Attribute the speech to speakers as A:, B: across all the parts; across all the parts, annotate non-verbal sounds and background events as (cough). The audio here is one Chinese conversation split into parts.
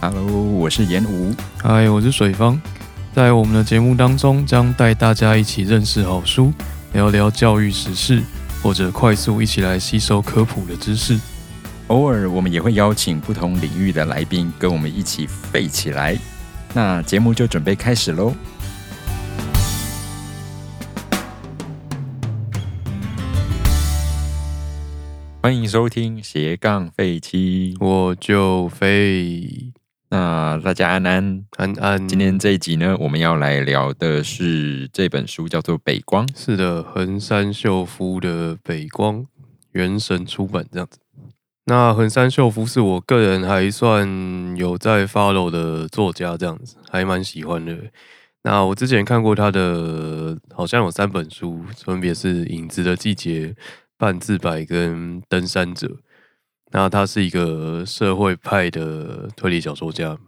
A: Hello，我是严吴。
B: 嗨，哎我是水方，在我们的节目当中，将带大家一起认识好书，聊聊教育时事，或者快速一起来吸收科普的知识。
A: 偶尔我们也会邀请不同领域的来宾跟我们一起废起来。那节目就准备开始喽。欢迎收听斜杠废七，
B: 我就飞
A: 那大家安安。
B: 安安，
A: 今天这一集呢，我们要来聊的是这本书，叫做《北光》。
B: 是的，横山秀夫的《北光》，原神出版这样子。那横山秀夫是我个人还算有在 follow 的作家，这样子还蛮喜欢的。那我之前看过他的，好像有三本书，分别是《影子的季节》、《半自白》跟《登山者》。那他是一个社会派的推理小说家，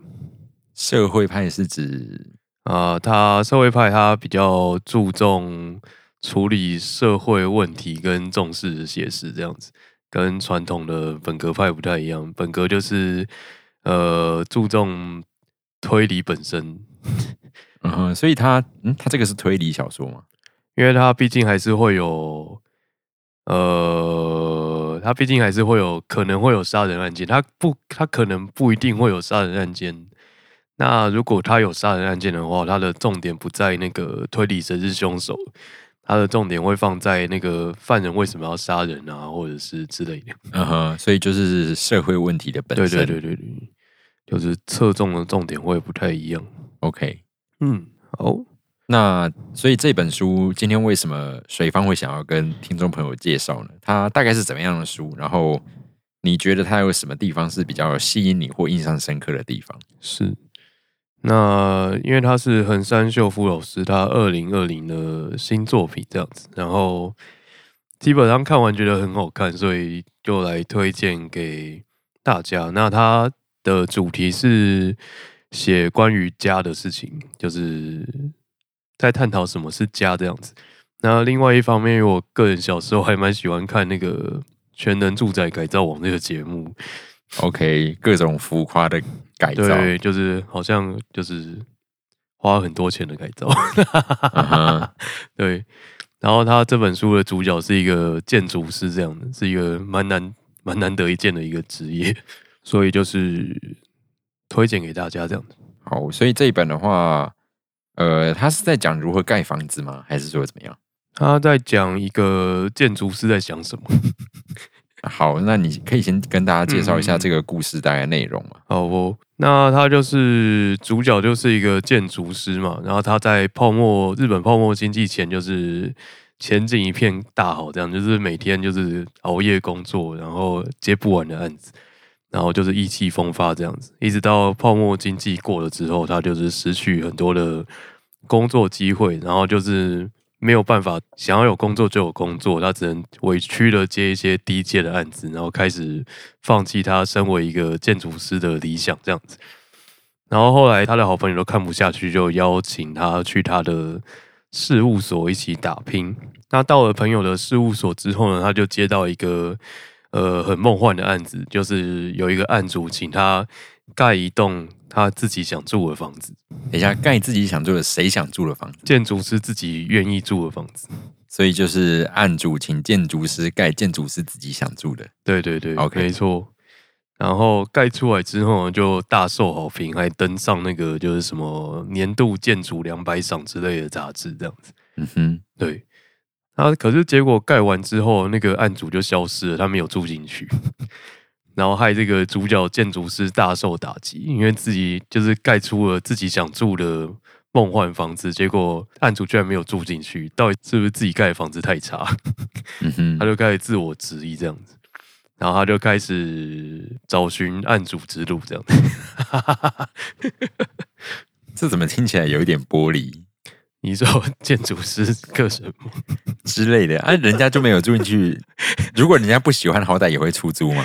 A: 社会派是指
B: 啊、他社会派他比较注重处理社会问题，跟重视写实这样子，跟传统的本格派不太一样。本格就是呃注重推理本身，
A: 嗯哼，所以他，嗯，他这个是推理小说吗？
B: 因为它毕竟还是会有呃，它毕竟还是会有可能会有杀人案件，它不，它可能不一定会有杀人案件。那如果他有杀人案件的话，他的重点不在那个推理谁是凶手，他的重点会放在那个犯人为什么要杀人啊，或者是之类的。
A: 嗯哼，所以就是社会问题的本
B: 对
A: 身。
B: 对对对对，就是侧重的重点会不太一样。
A: OK，
B: 嗯，好，
A: 那所以这本书今天为什么水方会想要跟听众朋友介绍呢？它大概是怎么样的书？然后你觉得它有什么地方是比较吸引你或印象深刻的地方？
B: 是，那因为他是横山秀夫老师，他二零二零的新作品这样子，然后基本上看完觉得很好看，所以就来推荐给大家。那他的主题是写关于家的事情，就是在探讨什么是家这样子。那另外一方面，我个人小时候还蛮喜欢看那个《全能住宅改造网》这个节目，
A: OK，各种浮夸的改
B: (laughs)
A: 造。
B: 对，就是好像就是花很多钱的改
A: (laughs)
B: 造。
A: 嗯哼
B: 对，然后他这本书的主角是一个建筑师，这样的是一个蛮难蛮难得一见的一个职业， (laughs) 所以就是推荐给大家这样子。
A: 好，所以这一本的话，呃，它是在讲如何盖房子吗？还是说怎么样？
B: 他在讲一个建筑师在想什么。
A: 好，那你可以先跟大家介绍一
B: 嗯
A: 下
B: 嗯嗯
A: 这个故事大概内容吗？
B: 好哦，那他就是主角就是一个建筑师嘛，然后他在泡沫日本泡沫经济前就是前景一片大好，这样就是每天就是熬夜工作，然后接不完的案子，然后就是意气风发这样子，一直到泡沫经济过了之后，他就是失去很多的工作机会，然后就是没有办法想要有工作就有工作，他只能委屈的接一些低阶的案子，然后开始放弃他身为一个建筑师的理想这样子。然后后来他的好朋友都看不下去，就邀请他去他的事务所一起打拼。那到了朋友的事务所之后呢，他就接到一个呃很梦幻的案子，就是有一个案主请他盖一栋他自己想住的房子，
A: 等一下，盖自己想住的，谁想住的房子？
B: 建筑师自己愿意住的房子。
A: 所以就是案主请建筑师盖建筑师自己想住的。
B: 对对对
A: OK
B: 没错。然后盖出来之后呢，就大受好评，还登上那个就是什么年度建筑两百赏之类的杂志，这样子。
A: 嗯哼，
B: 对，啊，可是结果盖完之后，那个案主就消失了，他没有住进去， (laughs) 然后害这个主角建筑师大受打击，因为自己就是盖出了自己想住的梦幻房子，结果案主居然没有住进去，到底是不是自己盖的房子太差？ (laughs)
A: 嗯哼
B: 他，就开始自我质疑这样子，然后他就开始找寻案主之路这样子， (laughs)
A: 这怎么听起来有一点玻璃
B: 你说建筑师 (laughs) 个人吗？
A: 之类的？啊，人家就没有住进去，如果人家不喜欢，好歹也会出租嘛。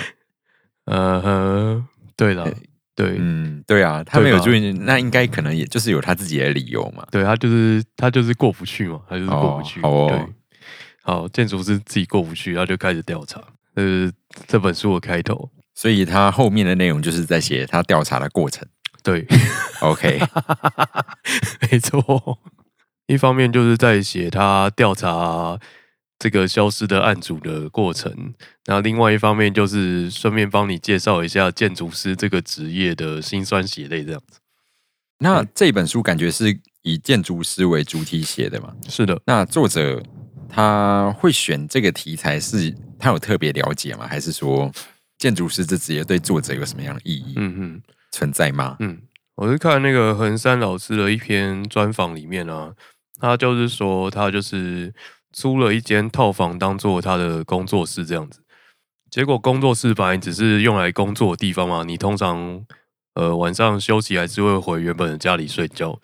B: 呃呵，对了，对、
A: 嗯，对啊，他
B: 对
A: 没有
B: 吧
A: 住进去，那应该可能也就是有他自己的理由嘛。
B: 对，他就是他就是过不去嘛，他就是过不去。
A: 哦好哦
B: 对，好，建筑师自己过不去，他就开始调查。呃，这本书的开头，
A: 所以他后面的内容就是在写他调查的过程。
B: 对，
A: (laughs)
B: (laughs)
A: OK，
B: 没错。一方面就是在写他调查这个消失的案主的过程，然后另外一方面就是顺便帮你介绍一下建筑师这个职业的辛酸血泪，这样子。
A: 那这本书感觉是以建筑师为主体写的嘛？
B: 是的，
A: 那作者他会选这个题材是，他有特别了解吗？还是说建筑师这职业对作者有什么样的意义
B: 嗯嗯。
A: 存在吗？
B: 嗯，我是看那个横山老师的一篇专访里面啊，他就是说他就是租了一间套房当做他的工作室这样子。结果工作室本来只是用来工作的地方嘛，你通常呃晚上休息还是会回原本的家里睡觉。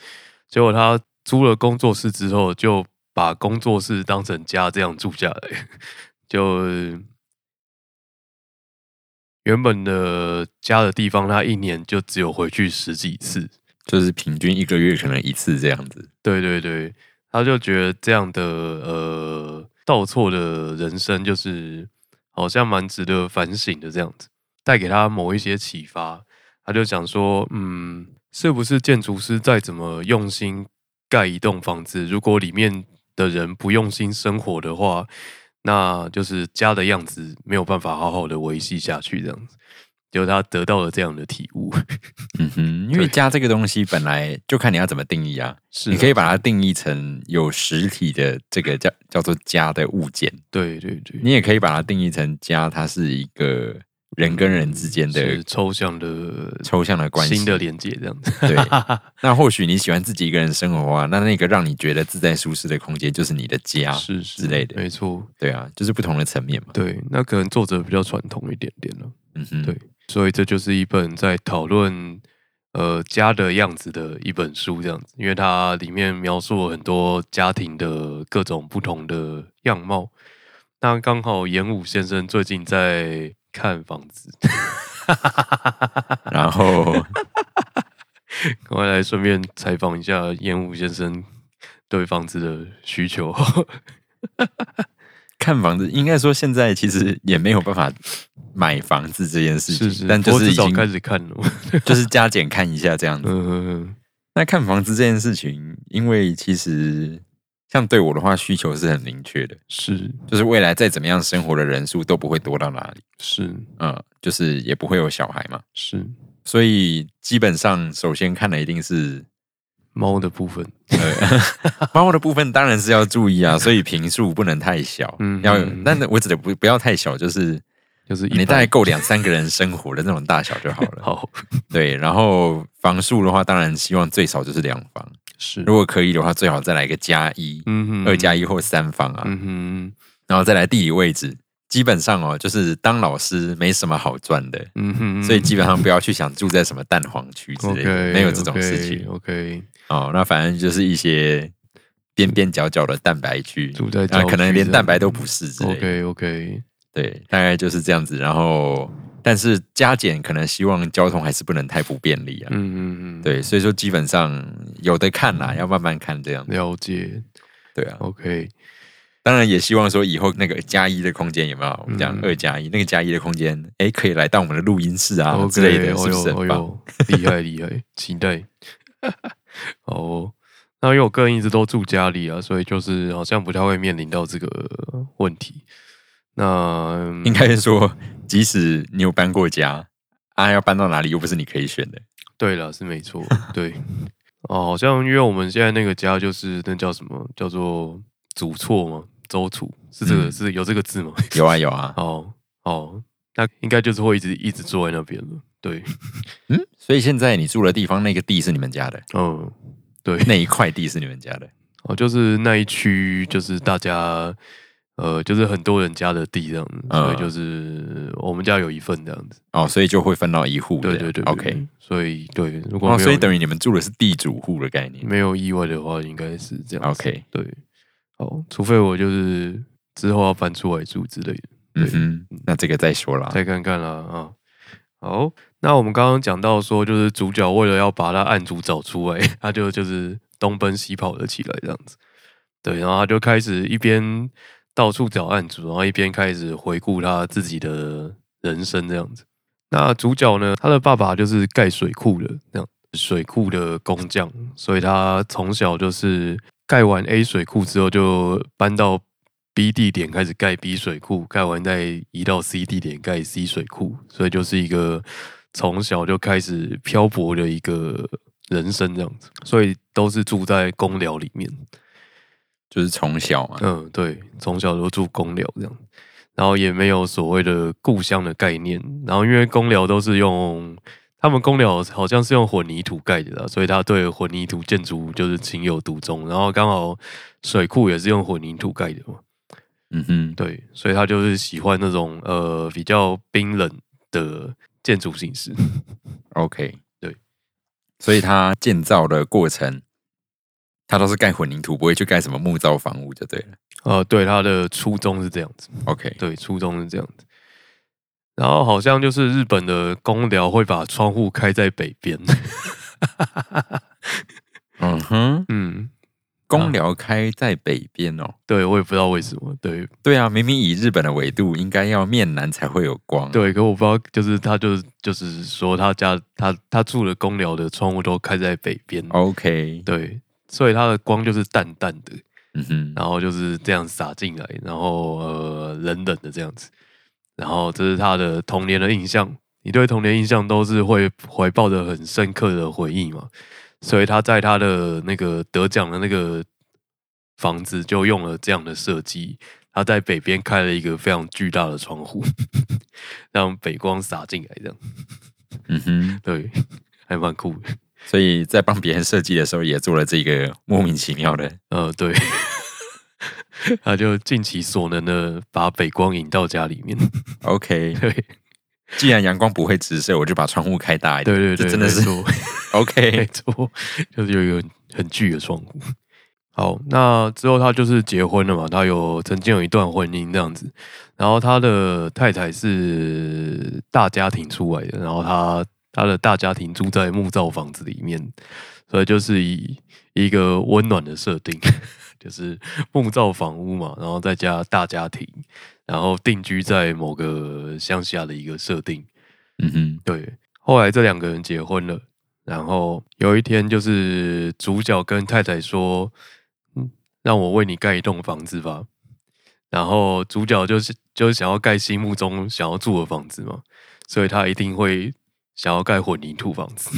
B: 结果他租了工作室之后，就把工作室当成家这样住下来，就原本的家的地方，他一年就只有回去十几次。
A: 就是平均一个月可能一次这样子。
B: 对对对，他就觉得这样的呃倒错的人生，就是好像蛮值得反省的这样子，带给他某一些启发。他就想说，嗯，是不是建筑师再怎么用心盖一栋房子，如果里面的人不用心生活的话，那就是家的样子没有办法好好的维系下去，这样子。就他得到了这样的体悟， (laughs)
A: 嗯哼，因为家这个东西本来就看你要怎么定义啊。
B: 是
A: 你可以
B: 以
A: 把它定义成有实体的这个叫叫做家的物件，
B: 对对对，
A: 你也可以把它定义成家，它是一个人跟人之间
B: 是
A: 的
B: 抽象的
A: 抽象的关系。
B: 新的连接这样子。
A: (laughs)
B: (laughs)
A: 对，那或许你喜欢自己一个人生活啊，那那个让你觉得自在舒适的空间就是你的家，
B: 是是
A: 之类的
B: 没错。
A: 对啊，就是不同的层面嘛。
B: 对，那可能作者比较传统一点点了，
A: 嗯哼，
B: 对所以这就是一本在讨论呃家的样子的一本书，这样子，因为它里面描述了很多家庭的各种不同的样貌。那刚好严武先生最近在看房子， (laughs)
A: 然后
B: 我来顺便采访一下严武先生对房子的需求。
A: 看房子，应该说现在其实也没有办法买房子这件事情，
B: (laughs) 是是，
A: 但就
B: 我
A: 是
B: 至
A: 已
B: 少
A: 经
B: 开始看了。 (laughs)
A: 就是加减看一下这样子。
B: 嗯嗯嗯，
A: 那看房子这件事情，因为其实像对我的话，需求是很明确的，
B: 是
A: 就是未来再怎么样生活的人数都不会多到哪里，
B: 是
A: 嗯，就是也不会有小孩嘛，
B: 是，
A: 所以基本上首先看的一定是
B: 猫的部分，
A: 呃猫的部分，当然是要注意
B: (laughs)
A: 啊，所以平数不能太小，
B: 嗯
A: 要
B: 嗯嗯，
A: 但我指的不不要太小，就是
B: 就是一
A: 你大
B: 般
A: 概够两三个人生活的那种大小就好了，
B: (laughs) 好
A: 对，然后房数的话，当然希望最少就是两房，
B: 是，
A: 如果可以的话，最好再来个加一，
B: 嗯哼
A: 二加一或三方啊，
B: 嗯哼
A: 然后再来地理位置。基本上哦，就是当老师没什么好赚的，
B: 嗯哼，
A: 所以基本上不要去想住在什么蛋黄区之类
B: OK
A: 的没有这种事情
B: OK，
A: 哦。那反正就是一些边边角角的蛋白区，
B: 住在
A: 啊，
B: 郊
A: 可能
B: 区
A: 连
B: 这
A: 蛋
B: 样
A: 白都不是之类的。
B: OK OK，
A: 对，大概就是这样子。然后，但是加减可能希望交通还是不能太不便利啊。
B: 嗯嗯嗯，嗯
A: 对，所以说基本上有的看啦，要慢慢看这样。
B: 了解
A: 对啊，
B: OK，
A: 当然也希望说以后那个加一的空间有没有？我们讲
B: 嗯
A: 二加一，那个加一的空间，哎，可以来到我们的录音室啊
B: OK，
A: 之类的，
B: 哦
A: 是不是
B: 哟哦
A: 很棒？
B: 哟，厉害厉害，期待。 (laughs) 好哦，那因为我个人一直都住家里啊，所以就是好像不太会面临到这个问题。那
A: 应该是说，即使你有搬过家啊，要搬到哪里又不是你可以选的。
B: 对了，是没错，对。哦，好像因为我们现在那个家就是那叫什么，叫做祖厝吗？周厝是这个、
A: 嗯
B: 是有这个字吗？
A: 有啊有啊，
B: 哦哦，那应该就是会一直一直坐在那边了。对，
A: 嗯，所以现在你住的地方那个地是你们家的，
B: 嗯，对，
A: 那一块地是你们家的。
B: 哦，就是那一区，就是大家呃，就是很多人家的地这样子，所以
A: 嗯
B: 就是我们家有一份这样子。
A: 哦，所以就会分到一户这
B: 对
A: 样。
B: 对对对
A: OK。
B: 所以对，如果
A: 哦，
B: 没
A: 所
B: 有、
A: 以等于你们住的是地主户的概念。
B: 没有意外的话，应该是这样子。
A: OK，
B: 对，好，除非我就是之后要搬出来住之类的，
A: 嗯哼，那这个再说啦。
B: 再看看啦啊。好，那我们刚刚讲到说，就是主角为了要把他案主找出来，他就就是东奔西跑了起来，这样子。对，然后他就开始一边到处找案主，然后一边开始回顾他自己的人生这样子。那主角呢，他的爸爸就是盖水库的，这样水库的工匠，所以他从小就是盖完 A 水库之后，就搬到 B 地点开始盖 B 水库，盖完再移到 C 地点盖 C 水库，所以就是一个从小就开始漂泊的一个人生这样子，所以都是住在公寮里面。
A: 就是从小嘛，
B: 嗯，对，从小都住公寮这样，然后也没有所谓的故乡的概念，然后因为公寮都是用他们公寮好像是用混凝土盖的啦，所以他对混凝土建筑就是情有独钟，然后刚好水库也是用混凝土盖的嘛，
A: 嗯哼，
B: 对，所以他就是喜欢那种呃比较冰冷的建筑形式， (laughs)
A: OK，
B: 对，
A: 所以它建造的过程，它都是盖混凝土，不会去盖什么木造房屋就对了。
B: 呃，对，他的初衷是这样子。
A: OK，
B: 对，初衷是这样子。然后好像就是日本的公寮会把窗户开在北边，
A: 嗯哼，
B: 嗯，
A: 公寮开在北边哦。
B: 对，我也不知道为什么，对
A: 对啊，明明以日本的纬度，应该要面南才会有光。，
B: 对，可我不知道，就是他就是就是说他家他他住的公寮的窗户都开在北边，
A: 哦 OK，
B: 对，所以它的光就是淡淡的，
A: 嗯哼，
B: 然后就是这样洒进来，然后呃冷冷的这样子，然后这是他的童年的印象。你对童年印象都是会怀抱着很深刻的回忆嘛？所以他在他的那个得奖的那个房子就用了这样的设计，他在北边开了一个非常巨大的窗户， (laughs) 让北光洒进来，这样
A: 嗯哼，
B: 对，还蛮酷的。
A: 所以在帮别人设计的时候，也做了这个莫名其妙的。
B: 呃，对， (laughs) 他就尽其所能的把北光引到家里面，
A: OK，
B: 对。
A: 既然阳光不会直射，我就把窗户开大一点。
B: 对对对，
A: 这真的
B: 没
A: 是 (laughs)
B: 错没
A: OK，
B: 错，就是有一个很很巨的窗户。好，那之后他就是结婚了嘛，他有曾经有一段婚姻这样子，然后他的太太是大家庭出来的，然后他他的大家庭住在木造房子里面，所以就是以一个温暖的设定， (laughs) 就是木造房屋嘛，然后再加大家庭，然后定居在某个乡下的一个设定，
A: 嗯哼，
B: 对，后来这两个人结婚了，然后有一天就是主角跟太太说：“嗯，让我为你盖一栋房子吧。”然后主角就是就是想要盖心目中想要住的房子嘛，所以他一定会想要盖混凝土房子。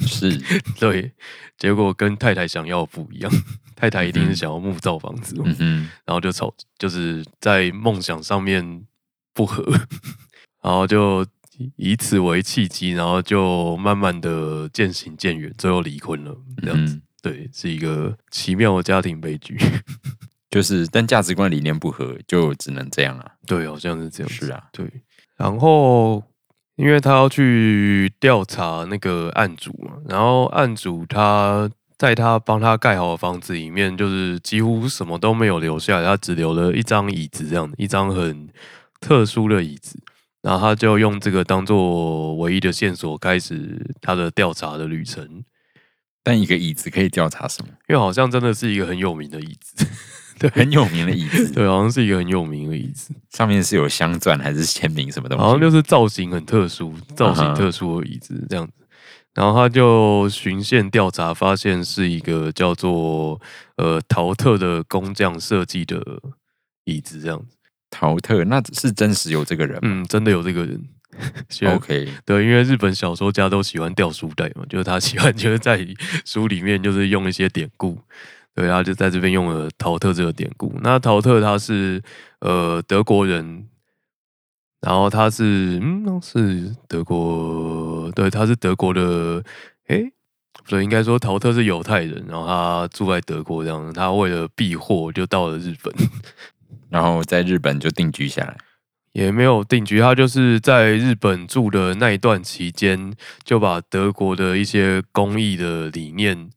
A: 是，
B: 对，结果跟太太想要的不一样，太太一定是想要木造房子嘛。
A: 嗯哼，
B: 然后就吵，就是在梦想上面不合， (laughs) 然后就以此为契机，然后就慢慢的渐行渐远，最后离婚了。这样子，
A: 嗯哼，
B: 对，是一个奇妙的家庭悲剧。 (laughs)
A: 就是但价值观理念不合，就只能这样啊。
B: 对，好像是这样子。
A: 是啊，
B: 对。然后，因为他要去调查那个案主嘛，然后案主他在他帮他盖好的房子里面，就是几乎什么都没有留下来，他只留了一张椅子，这样一张很特殊的椅子。然后他就用这个当做唯一的线索，开始他的调查的旅程。
A: 但一个椅子可以调查什么？
B: 因为好像真的是一个很有名的椅子， (laughs)
A: 很有名的椅子，
B: 对，好像是一个很有名的椅子。
A: 上面是有镶钻还是签名什么东西？
B: 好像就是造型很特殊，造
A: 啊
B: 型
A: 哈
B: 特殊的椅子这样子。然后他就循线调查，发现是一个叫做呃陶特的工匠设计的椅子这样子。
A: 陶特，那是真实有这个人吗、
B: 嗯，真的有这个人。 (laughs) 喜欢
A: o k
B: 对，啊因为日本小说家都喜欢掉书袋嘛，就是他喜欢就是在书里面就是用一些典故，对，他就在这边用了陶特这个典故。那陶特他是呃德国人，然后他是嗯是德国，对，他是德国的，诶，不对，应该说陶特是犹太人，然后他住在德国这样，他为了避祸就到了日本。
A: 然后在日本就定居下来。
B: 也没有定居，他就是在日本住的那一段期间，就把德国的一些工艺的理念，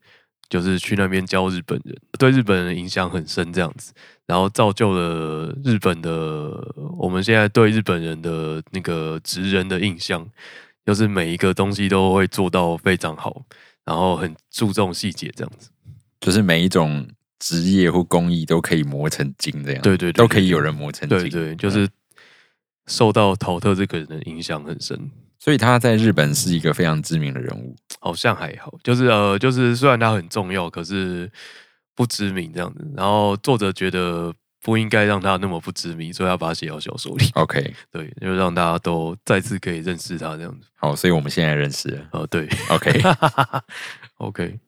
B: 就是去那边教日本人，对日本人的影响很深，这样子，然后造就了日本的我们现在对日本人的那个职人的印象，就是每一个东西都会做到非常好，然后很注重细节，这样子。
A: 就是每一种职业或工艺都可以磨成金这样，
B: 对对对
A: 都可以有人磨成金，嗯
B: 对对，就是受到陶特这个人的影响很深。
A: 所以他在日本是一个非常知名的人物。
B: 好像还好，就是呃，就是虽然它很重要，可是不知名这样子。然后作者觉得不应该让它那么不知名，所以要把它写到小说里， (laughs)
A: OK，
B: 对，就让大家都再次可以认识它这样子。
A: 好，所以我们现在认识了。
B: 呃，对 (laughs)
A: OK，
B: ，OK，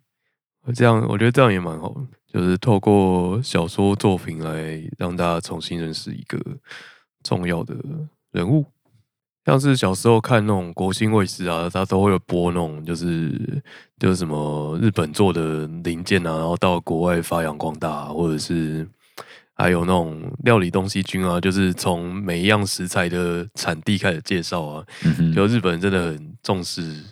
B: 这样我觉得这样也蛮好的，就是透过小说作品来让大家重新认识一个重要的人物。像是小时候看那种国新卫视啊，它都会有播那种就是就是什么日本做的零件啊，然后到国外发扬光大啊、或者是还有那种料理东西君啊，就是从每一样食材的产地开始介绍啊。
A: 嗯哼
B: 就日本人真的很重视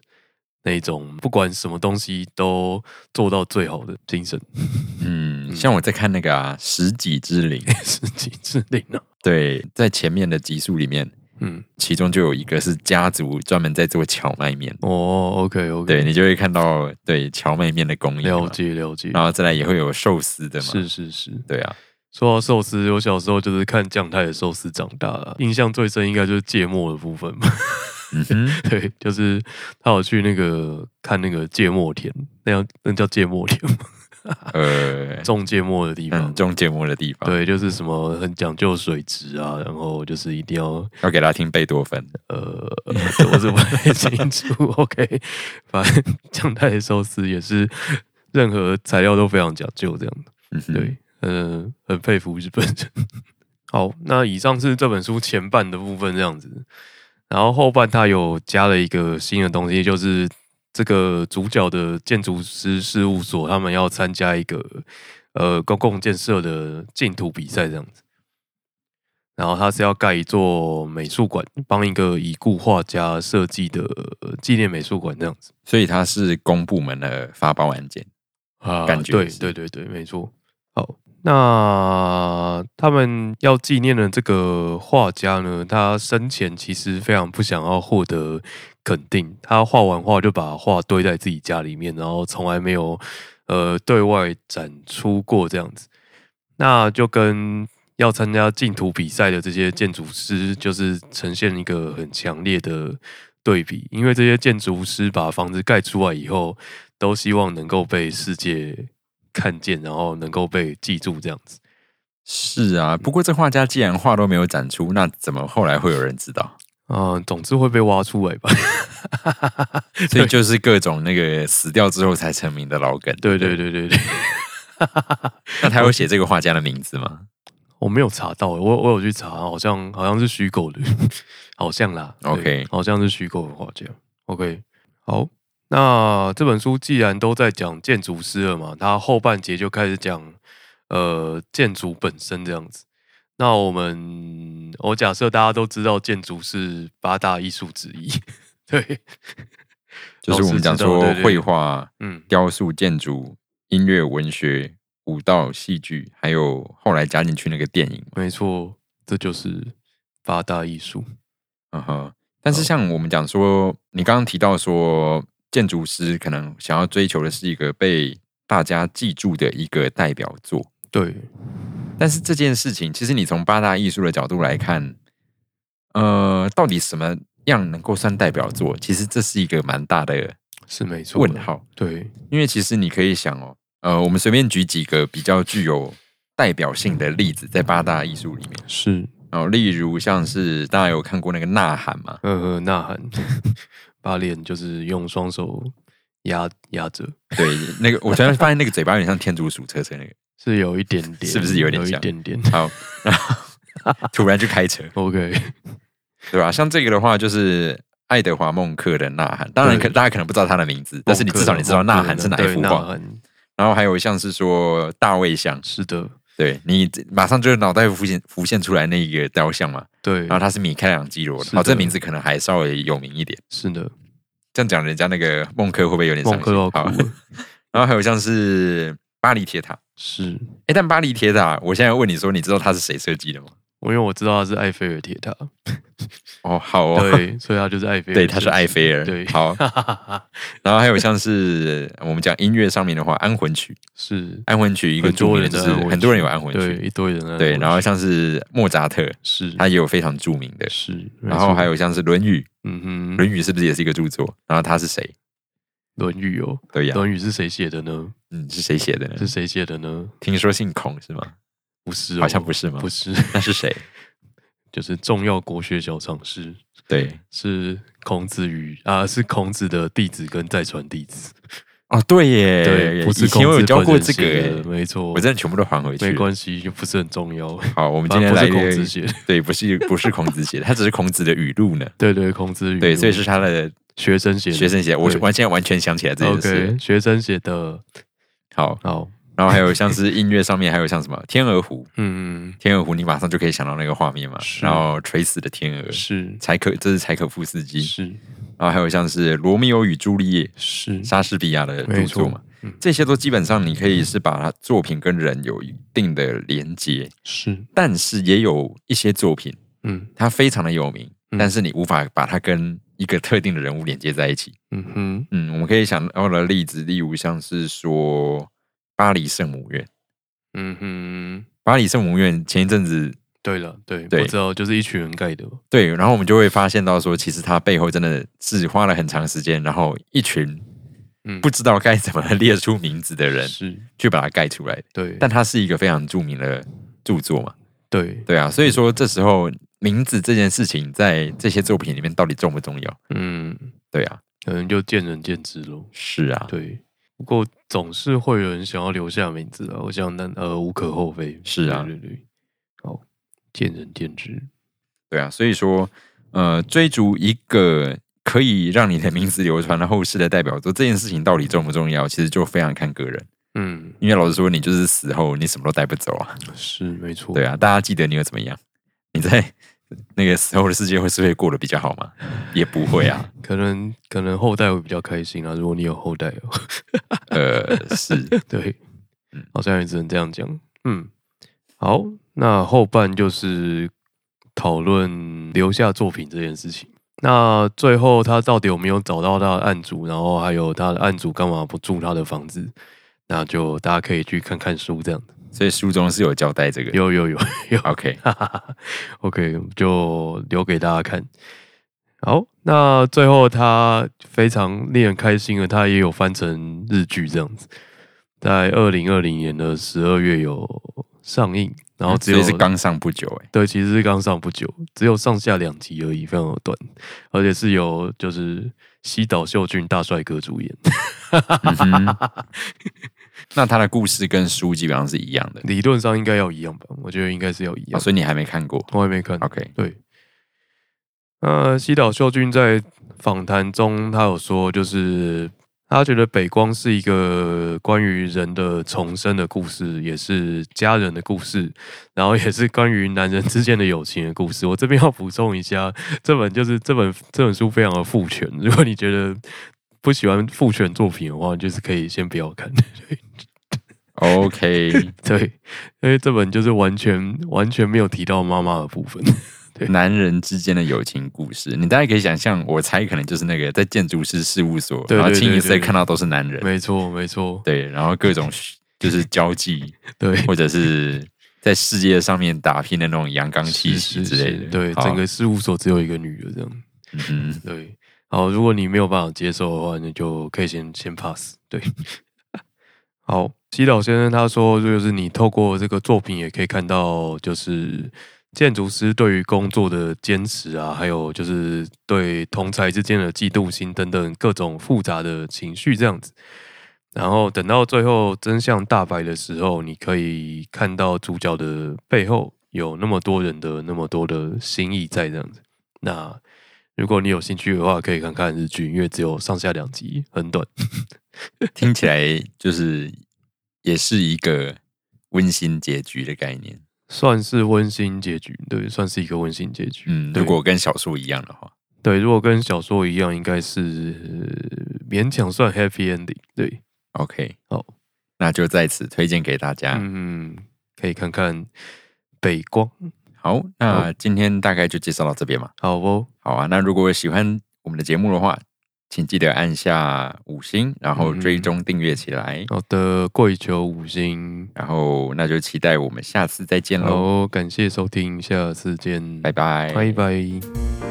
B: 那种不管什么东西都做到最好的精神， (laughs)
A: 嗯，像我在看那个啊《十几之灵》，
B: (laughs) 是精致令啊。
A: 对，在前面的集数里面，
B: 嗯，
A: 其中就有一个是家族专门在做荞麦面，
B: 哦，OK
A: 对
B: OK，
A: 你就会看到对荞麦面的工艺嘛，
B: 了解了解，
A: 然后再来也会有寿司的嘛，
B: 是是是。
A: 对
B: (laughs)
A: 啊，
B: 说到寿司，我小时候就是看酱太的寿司长大的，印象最深应该就是芥末的部分吧。
A: 嗯哼，
B: (laughs) 对，就是他有去那个看那个芥末田，那样那叫芥末田吗？
A: 呃，
B: 种芥末的地方
A: 嗯，。啊中芥末的地方，
B: 对，就是什么很讲究水质啊，然后就是一定要
A: 要给他听贝多芬，
B: 呃，这我是不太清楚。OK，反正酱太寿司也是任何材料都非常讲究这样的。
A: 嗯哼，
B: 对，嗯、很佩服日本人。 (laughs) 好，那以上是这本书前半的部分这样子，然后后半它有加了一个新的东西，就是这个主角的建筑师事务所，他们要参加一个呃公共建设的竞图比赛这样子。然后他是要盖一座美术馆，帮一个已故画家设计的呃纪念美术馆这样子。
A: 所以他是公部门的发包案件，
B: 啊
A: 感觉
B: 对
A: 是
B: 对对对，没错。好，那他们要纪念的这个画家呢，他生前其实非常不想要获得肯定，他画完画就把画堆在自己家里面，然后从来没有呃对外展出过这样子。那就跟要参加竞图比赛的这些建筑师，就是呈现一个很强烈的对比，因为这些建筑师把房子盖出来以后，都希望能够被世界看见，然后能够被记住这样子。
A: 是啊，不过这画家既然画都没有展出，那怎么后来会有人知 (laughs) 道？
B: 嗯、总之会被挖出来吧。 (laughs)
A: 所以就是各种那个死掉之后才成名的老梗。
B: 对对对对对，
A: 那他有写这个画家的名字吗？
B: 我没有查到，欸我我有去查，好像好像是虚构的，好像啦。对
A: OK
B: 好像是虚构的画家。OK，好，那这本书既然都在讲建筑师了嘛，它后半节就开始讲呃建筑本身这样子。那我们我假设大家都知道建筑是八大艺术之一， (laughs) 对，
A: 就是我们讲说
B: 老师知道对对
A: 绘画、
B: 嗯，
A: 雕塑、建筑、音乐、文学、舞蹈、戏剧，还有后来加进去那个电影。
B: 没错，这就是八大艺术。
A: 嗯哼。但是像我们讲说，你刚刚提到说，建筑师可能想要追求的是一个被大家记住的一个代表作。
B: 对，
A: 但是这件事情，其实你从八大艺术的角度来看，呃，到底什么样能够算代表作？其实这是一个蛮大的
B: 是没错。
A: 问？号，
B: 对，
A: 因为其实你可以想哦，呃，我们随便举几个比较具有代表性的例子，在八大艺术里面，
B: 是，
A: 哦，例如像是大家有看过那个《呐喊》嘛，
B: 呃呃，呐喊， (laughs) 把脸就是用双手压压着，
A: 对， (laughs) 那个我突然发现那个嘴巴有点像天竺鼠车车那个，
B: 是有一点点，
A: 是不是有点
B: 有一
A: 像
B: 点 (laughs) 点
A: 好，然后突然就开车，
B: ？OK，
A: 对吧？像这个的话，就是爱德华·孟克的《呐喊》，当然可
B: 对
A: 大家可能不知道他的名字，但是你至少你知道《呐喊》是哪一幅
B: 对呐
A: 画。
B: 喊
A: 然后还有像是说大卫像，
B: 是的，
A: 对你马上就脑袋浮现浮现出来那个雕像嘛。
B: 对
A: 然，后他是米开朗基罗的，
B: 是的
A: 好，这名字可能还稍微有名一点。
B: 是的，
A: 这样讲，人家那个孟克会不会有点伤
B: 孟
A: 心？
B: 克要哭
A: 好，
B: 了，
A: 然后还有像是巴黎铁塔，
B: 是
A: 哎，但巴黎铁塔，我现在问你说，你知道它是谁设计的吗？
B: 我因为我知道他是埃菲尔铁塔，
A: 哦，好哦，
B: 对，所以他就是埃菲尔，
A: 对，它是埃菲尔，
B: 对， (laughs)
A: 好，然后还有像是呃我们讲音乐上面的话，安魂曲，
B: 是
A: 安魂曲一个
B: 很
A: 著
B: 多
A: 名的就
B: 人的
A: 是
B: 安魂
A: 很多人有安魂
B: 对
A: 曲，
B: 一堆人的
A: 对，然后像是莫扎特，
B: 是
A: 他也有非常著名的，
B: 是，没
A: 然后
B: 错
A: 还有像是《论语》，
B: 嗯
A: 《
B: 哼，
A: 论语》是不是也是一个著作？然后他是谁？
B: 论语》哦，
A: 对呀、
B: 《论语》是谁写的呢？
A: 嗯，是谁写的呢
B: 是？谁写的呢？
A: 听说姓孔是吗？
B: 不是、哦，
A: 好像不是吗？
B: 不是， (laughs)
A: 那是谁？
B: 就是重要国学小常识，
A: 对，
B: (laughs) 是孔子与啊，是孔子的弟子跟再传弟子。
A: 哦，对耶，
B: 对，不是
A: 以
B: 孔
A: 前我有
B: 子
A: 教
B: 本
A: 过
B: 人
A: 这个
B: 写的
A: 耶，
B: 没错，
A: 我真的全部都还回去
B: 没
A: 了。
B: 关系，就不是很重要。
A: 好，我们今天
B: 反正不
A: 来
B: 是
A: 一个
B: 孔子写的，
A: (laughs) 对，不是不是孔子写的，他只是孔子的语录呢。
B: 对对，孔 (laughs) 子语
A: 对，
B: 录
A: 所以是他的
B: 学生写的，
A: 学生写的。我
B: 对
A: 完现在完全想起来这件事了。
B: OK 学生写的。
A: 好，
B: 好，
A: 然后还有像是音乐上面还有像什么 (laughs) 天鹅湖，
B: 嗯，
A: 天鹅湖你马上就可以想到那个画面嘛，
B: 是
A: 然后垂死的天鹅，
B: 是
A: 柴可这是柴可夫斯基，
B: 是
A: 然后还有像是罗密欧与朱丽叶，
B: 是，
A: 莎士比亚的著
B: 没
A: 作
B: 错
A: 嘛
B: 嗯，
A: 这些都基本上你可以是把它作品跟人有一定的连接，
B: 是
A: 但是也有一些作品
B: 嗯
A: 它非常的有名，
B: 嗯
A: 但是你无法把它跟一个特定的人物连接在一起。
B: 嗯哼，
A: 嗯，我们可以想到的例子，例如像是说巴黎圣母院。
B: 嗯哼。
A: 巴黎圣母院前一阵子
B: 对了，对，
A: 对
B: 我知道，就是一群人盖的哦嘛，
A: 对，然后我们就会发现到说，其实它背后真的是花了很长时间，然后一群
B: 嗯
A: 不知道该怎么列出名字的人
B: 是，
A: 去把它盖出来的。
B: 对，
A: 但它是一个非常著名的著作嘛，
B: 对，
A: 对啊，所以说这时候名字这件事情在这些作品里面到底重不重要？
B: 嗯，
A: 对啊，
B: 可能就见仁见智喽。
A: 是啊，
B: 对，不过总是会有人想要留下名字啊，我想那呃无可厚非。
A: 是啊
B: 对对对，好，见仁见智。
A: 对啊，所以说，呃，追逐一个可以让你的名字流传到后世的代表作，这件事情到底重不重要，其实就非常看个人。
B: 嗯，
A: 因为老实说，你就是死后你什么都带不走啊。
B: 是没错。
A: 对啊，大家记得你又怎么样？ (laughs) 你在那个死后的世界会是会过得比较好吗？ (laughs) 也不会
B: (laughs)
A: 啊。
B: 可能可能后代会比较开心啊，如果你有后代哦。
A: 呃，是
B: 对
A: 嗯，
B: 好像也只能这样讲。嗯，好，那后半就是讨论留下作品这件事情。那最后他到底有没有找到他的案主，然后还有他的案主干嘛不住他的房子？那就大家可以去看看书，这样子。
A: 所以书中是有交代这个。
B: 有有有
A: OK，
B: (laughs) ，OK，就留给大家看。好，那最后他非常令人开心的，他也有翻成日剧这样子，在二零二零年的十二月有上映，然后只
A: 哎所以
B: 有
A: 是刚上不久哎、
B: 对，其实是刚上不久，只有上下两集而已，非常的短，而且是由就是西岛秀俊大帅哥主演， (laughs)
A: 嗯哼那他的故事跟书基本上是一样的，
B: 理论上应该要一样吧？我觉得应该是要一
A: 哦
B: 样，
A: 所以啊你还没看过。
B: 我还没看。
A: OK，
B: 对，那西岛秀俊在访谈中，他有说，就是他觉得北光是一个关于人的重生的故事，也是家人的故事，然后也是关于男人之间的友情的故事。我这边要补充一下，这本就是这本这本书非常的父权，如果你觉得。不喜欢父权作品的话，就是可以先不要看。 (laughs)
A: OK，
B: 对，因为这本就是完全完全没有提到妈妈的部分。
A: 男人之间的友情故事，你大概可以想象，我猜可能就是那个在建筑师事务所，
B: 对
A: 然后
B: 对
A: 清一色
B: 对对
A: 看到都是男人，
B: 没错，没错，
A: 对，然后各种
B: (laughs)
A: 就是交际，
B: 对。
A: 或者是在事业上面打拼的那种阳刚气
B: 是
A: 息
B: 是
A: 之类
B: 是，
A: 的，
B: 对，
A: 好啊
B: 整个事务所只有一个女的这样，
A: 嗯哼
B: 对。好，如果你没有办法接受的话，你就可以先先 pass。对， (laughs) 好，西岛先生他说，就是你透过这个作品也可以看到，就是建筑师对于工作的坚持啊，还有就是对同才之间的嫉妒心等等各种复杂的情绪这样子。然后等到最后真相大白的时候，你可以看到主角的背后有那么多人的那么多的心意在这样子。那如果你有兴趣的话，可以看看日剧，因为只有上下两集，
A: (laughs)
B: 很短。
A: 听起来就是也是一个温馨结局的概念。
B: 算是温馨结局，对，算是一个温馨结局。
A: 嗯，
B: 对
A: 如果跟小说一样的话，
B: 对，如果跟小说一样，应该是呃勉强算 happy ending。对，
A: OK，
B: 好，
A: 那就在此推荐给大家。
B: 嗯，可以看看北光，
A: 好，那今天大概就介绍到这边嘛。
B: 好哦，
A: 好啊，那如果喜欢我们的节目的话，请记得按下五星，然后
B: 嗯
A: 追踪订阅起来。
B: 好的，跪求五星，哦
A: 然后那就期待我们下次再见喽，
B: 好，感谢收听，下次见，
A: 拜拜，
B: 拜拜。